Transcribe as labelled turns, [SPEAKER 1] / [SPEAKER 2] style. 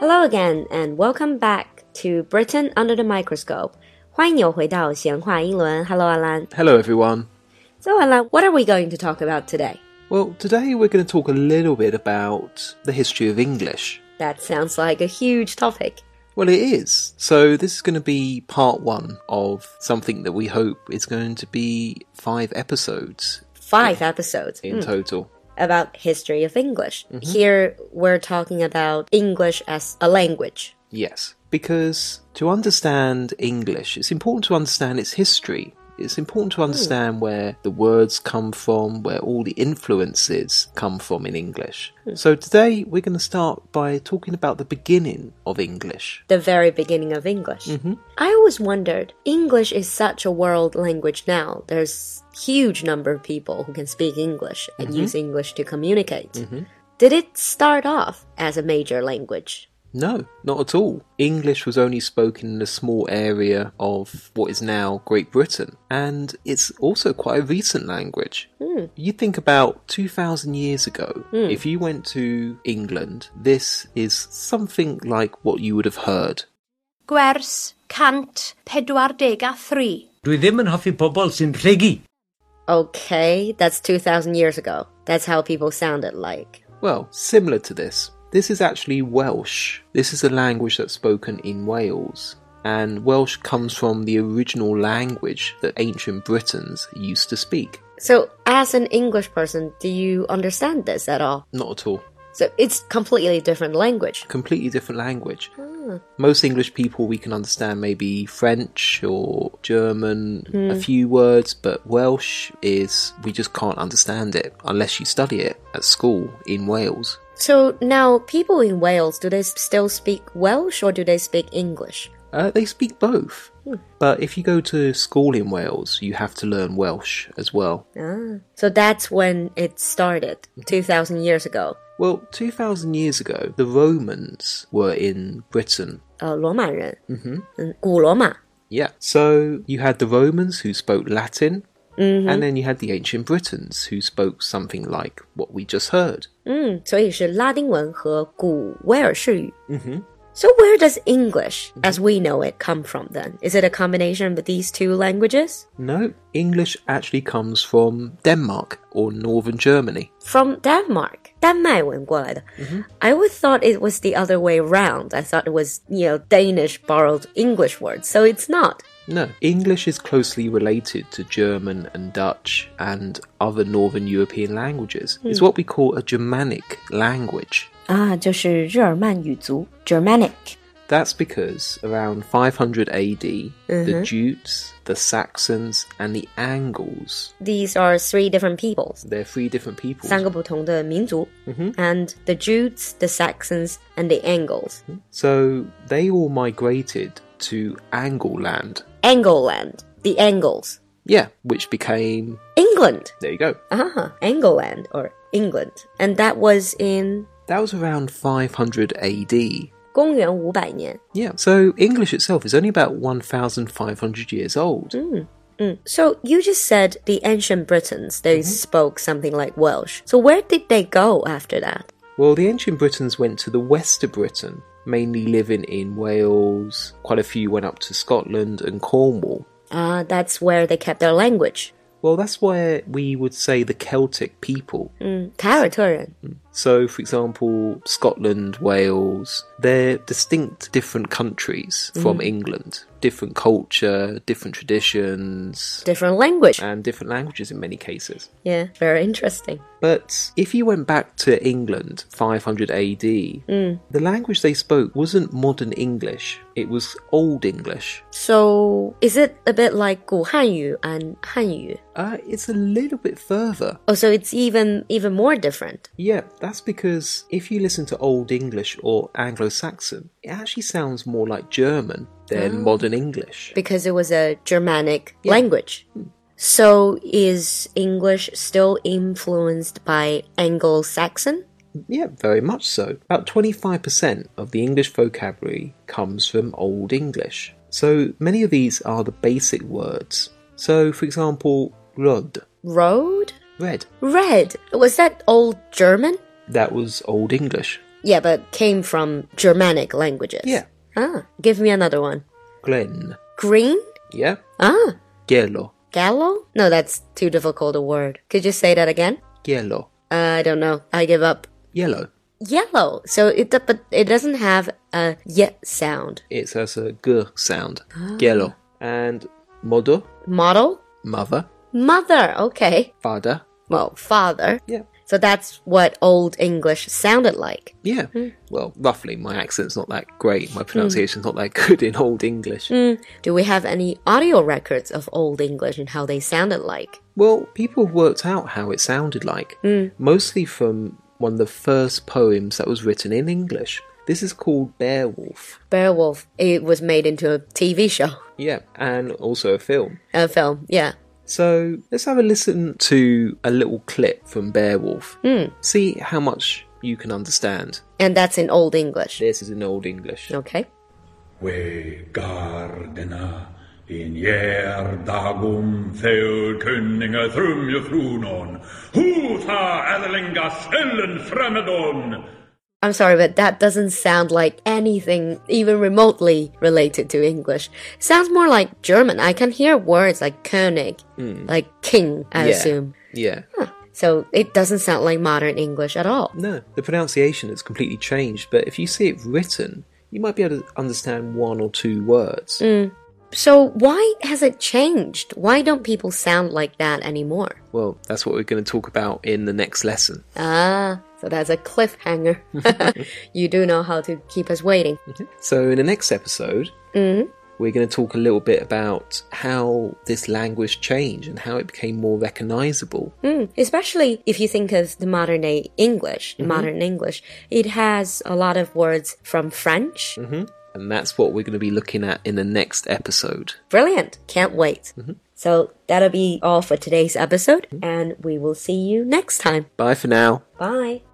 [SPEAKER 1] Hello again and welcome back to Britain under the microscope. 欢迎又回到闲话英伦。Hello, Alan.
[SPEAKER 2] Hello, everyone.
[SPEAKER 1] So, Alan, what are we going to talk about today?
[SPEAKER 2] Well, today we're going to talk a little bit about the history of English.
[SPEAKER 1] That sounds like a huge topic.
[SPEAKER 2] Well, it is. So, this is going to be part one of something that we hope is going to be five episodes
[SPEAKER 1] Five episodes
[SPEAKER 2] in total.
[SPEAKER 1] about history of English. Here, we're talking about English as a language.
[SPEAKER 2] Yes. Because to understand English, it's important to understand its history. It's important to understand where the words come from, where all the influences come from in English. So today we're going to start by talking about the beginning of English.
[SPEAKER 1] the very beginning of English. I always wondered, English is such a world language now. There's huge number of people who can speak English and use English to communicate. Did it start off as a major language?
[SPEAKER 2] No, not at all. English was only spoken in a small area of what is now Great Britain, and it's also quite a recent language. You think about 2,000 years ago, if you went to England, this is something like what you would have heard.
[SPEAKER 3] Gwers cant pedwar deg a thri.
[SPEAKER 4] Dwi ddim yn hoffi pobl sy'n rhegi.
[SPEAKER 1] Okay, that's 2000 years ago. That's how people sounded like.
[SPEAKER 2] Well, similar to this, this is actually Welsh. This is a language that's spoken in Wales. And Welsh comes from the original language that ancient Britons used to speak.
[SPEAKER 1] So, as an English person, do you understand this at all?
[SPEAKER 2] Not at all.
[SPEAKER 1] So, it's completely different language.
[SPEAKER 2] completely different language. Most English people we can understand maybe French or German, a few words, but Welsh is we just can't understand it unless you study it at school in Wales.
[SPEAKER 1] So, now people in Wales, do they s- still speak Welsh or do they speak English?
[SPEAKER 2] Uh, they speak both, but if you go to school in Wales, you have to learn Welsh as well.
[SPEAKER 1] Ah, so that's when it started, 2,000 years ago.
[SPEAKER 2] Well, 2,000 years ago, the Romans were in Britain.
[SPEAKER 1] Uh, 呃，罗马人，嗯哼，嗯，古罗马。
[SPEAKER 2] Yeah. So you had the Romans who spoke Latin, and then you had the ancient Britons who spoke something like what we just heard.
[SPEAKER 1] 嗯，所以是拉丁文和古威尔士语。So where does English, as we know it, come from then? Is it a combination of these two languages?
[SPEAKER 2] No, English actually comes from Denmark or northern Germany.
[SPEAKER 1] From Denmark, 丹麦文过来的。I always thought it was the other way around. I thought it was, you know, Danish borrowed English words. So it's not.
[SPEAKER 2] No, English is closely related to German and Dutch and other northern European languages. It's what we call a Germanic language.
[SPEAKER 3] Ah, 啊，就是日耳曼语族 Germanic。
[SPEAKER 2] That's because around 500 AD, the Jutes, the Saxons, and the Angles
[SPEAKER 1] These are three different peoples.
[SPEAKER 2] They're three different peoples.
[SPEAKER 1] 三个不同的民族 and the Jutes, the Saxons, and the Angles.
[SPEAKER 2] So they all migrated to Angleland.
[SPEAKER 1] Angleland, the Angles.
[SPEAKER 2] Yeah, which became.
[SPEAKER 1] England.
[SPEAKER 2] There you go.
[SPEAKER 1] Ah, Angleland or England. And that was in
[SPEAKER 2] That was around 500 AD.
[SPEAKER 1] 公元500年.
[SPEAKER 2] Yeah, so English itself is only about 1,500 years old.
[SPEAKER 1] Mm. So you just said the ancient Britons, they spoke something like Welsh. So where did they go after that?
[SPEAKER 2] Well, the ancient Britons went to the west of Britain, mainly living in Wales. Quite a few went up to Scotland and Cornwall.
[SPEAKER 1] Ah, that's where they kept their language.
[SPEAKER 2] Well, that's where we would say the Celtic people
[SPEAKER 1] Mm. 嗯，凯尔特人。
[SPEAKER 2] So, for example, Scotland, Wales, they're distinct different countries from England. Different culture, different traditions,
[SPEAKER 1] Different language.
[SPEAKER 2] and different languages in many cases.
[SPEAKER 1] Yeah, very interesting.
[SPEAKER 2] But if you went back to England 500 AD, the language they spoke wasn't modern English, it was Old English.
[SPEAKER 1] So is it a bit like 古汉语 and 汉语？
[SPEAKER 2] Uh, it's a little bit further.
[SPEAKER 1] Oh, so it's even even more different.
[SPEAKER 2] Yeah, that's because if you listen to Old English or Anglo Saxon, it actually sounds more like German than modern English.
[SPEAKER 1] because it was a Germanic language. So is English still influenced by Anglo-Saxon?
[SPEAKER 2] Yeah, very much so. About 25% of the English vocabulary comes from Old English. So many of these are the basic words. So, for example, rod,
[SPEAKER 1] Road?
[SPEAKER 2] red,
[SPEAKER 1] Red. Was that old German?
[SPEAKER 2] that was Old English.
[SPEAKER 1] Yeah, but came from Germanic languages.
[SPEAKER 2] Yeah.
[SPEAKER 1] Ah, give me another one.
[SPEAKER 2] Glen.
[SPEAKER 1] Green?
[SPEAKER 2] Yeah.
[SPEAKER 1] Ah,
[SPEAKER 2] Yellow.
[SPEAKER 1] gallo? No, that's too difficult a word. Could you say that again? Uh,
[SPEAKER 2] Yellow.
[SPEAKER 1] I don't know. I give up.
[SPEAKER 2] Yellow.
[SPEAKER 1] Yellow. So it, do- but it doesn't have a yet sound.
[SPEAKER 2] It has a g sound. Yellow. And mother,
[SPEAKER 1] Model?
[SPEAKER 2] mother,
[SPEAKER 1] Mother. Okay.
[SPEAKER 2] father.
[SPEAKER 1] Well, father.
[SPEAKER 2] Yeah.
[SPEAKER 1] So that's what Old English sounded like.
[SPEAKER 2] Yeah. Well, roughly, my accent's not that great. My pronunciation's not that good in Old English.
[SPEAKER 1] Do we have any audio records of Old English and how they sounded like?
[SPEAKER 2] Well, people worked out how it sounded like, mostly from one of the first poems that was written in English. This is called Beowulf.
[SPEAKER 1] Beowulf, it was made into a TV show,
[SPEAKER 2] Yeah, and also a film.
[SPEAKER 1] a film, yeah.
[SPEAKER 2] So let's have a listen to a little clip from Beowulf. See how much you can understand.
[SPEAKER 1] And that's in Old English.
[SPEAKER 2] This is in Old English.
[SPEAKER 1] Okay.
[SPEAKER 5] We gardena in jerdagum felkynninge thrumjefrunon, huta edelingas ellen fremedon.
[SPEAKER 1] I'm sorry, but that doesn't sound like anything even remotely related to English. Sounds more like German. I can hear words like König, like king, I
[SPEAKER 2] Yeah.
[SPEAKER 1] assume.
[SPEAKER 2] Yeah.
[SPEAKER 1] So it doesn't sound like modern English at all.
[SPEAKER 2] No, the pronunciation is completely changed, but if you see it written, you might be able to understand one or two words.
[SPEAKER 1] So why has it changed? Why don't people sound like that anymore?
[SPEAKER 2] Well, that's what we're going to talk about in the next lesson.
[SPEAKER 1] Ah, so that's a cliffhanger. you do know how to keep us waiting.
[SPEAKER 2] So, in the next episode, we're going to talk a little bit about how this language changed and how it became more recognizable.
[SPEAKER 1] Mm, especially if you think of the modern day English, modern English, it has a lot of words from French.
[SPEAKER 2] And that's what we're going to be looking at in the next episode.
[SPEAKER 1] Brilliant. Can't wait. So that'll be all for today's episode, and we will see you next time.
[SPEAKER 2] Bye for now.
[SPEAKER 1] Bye.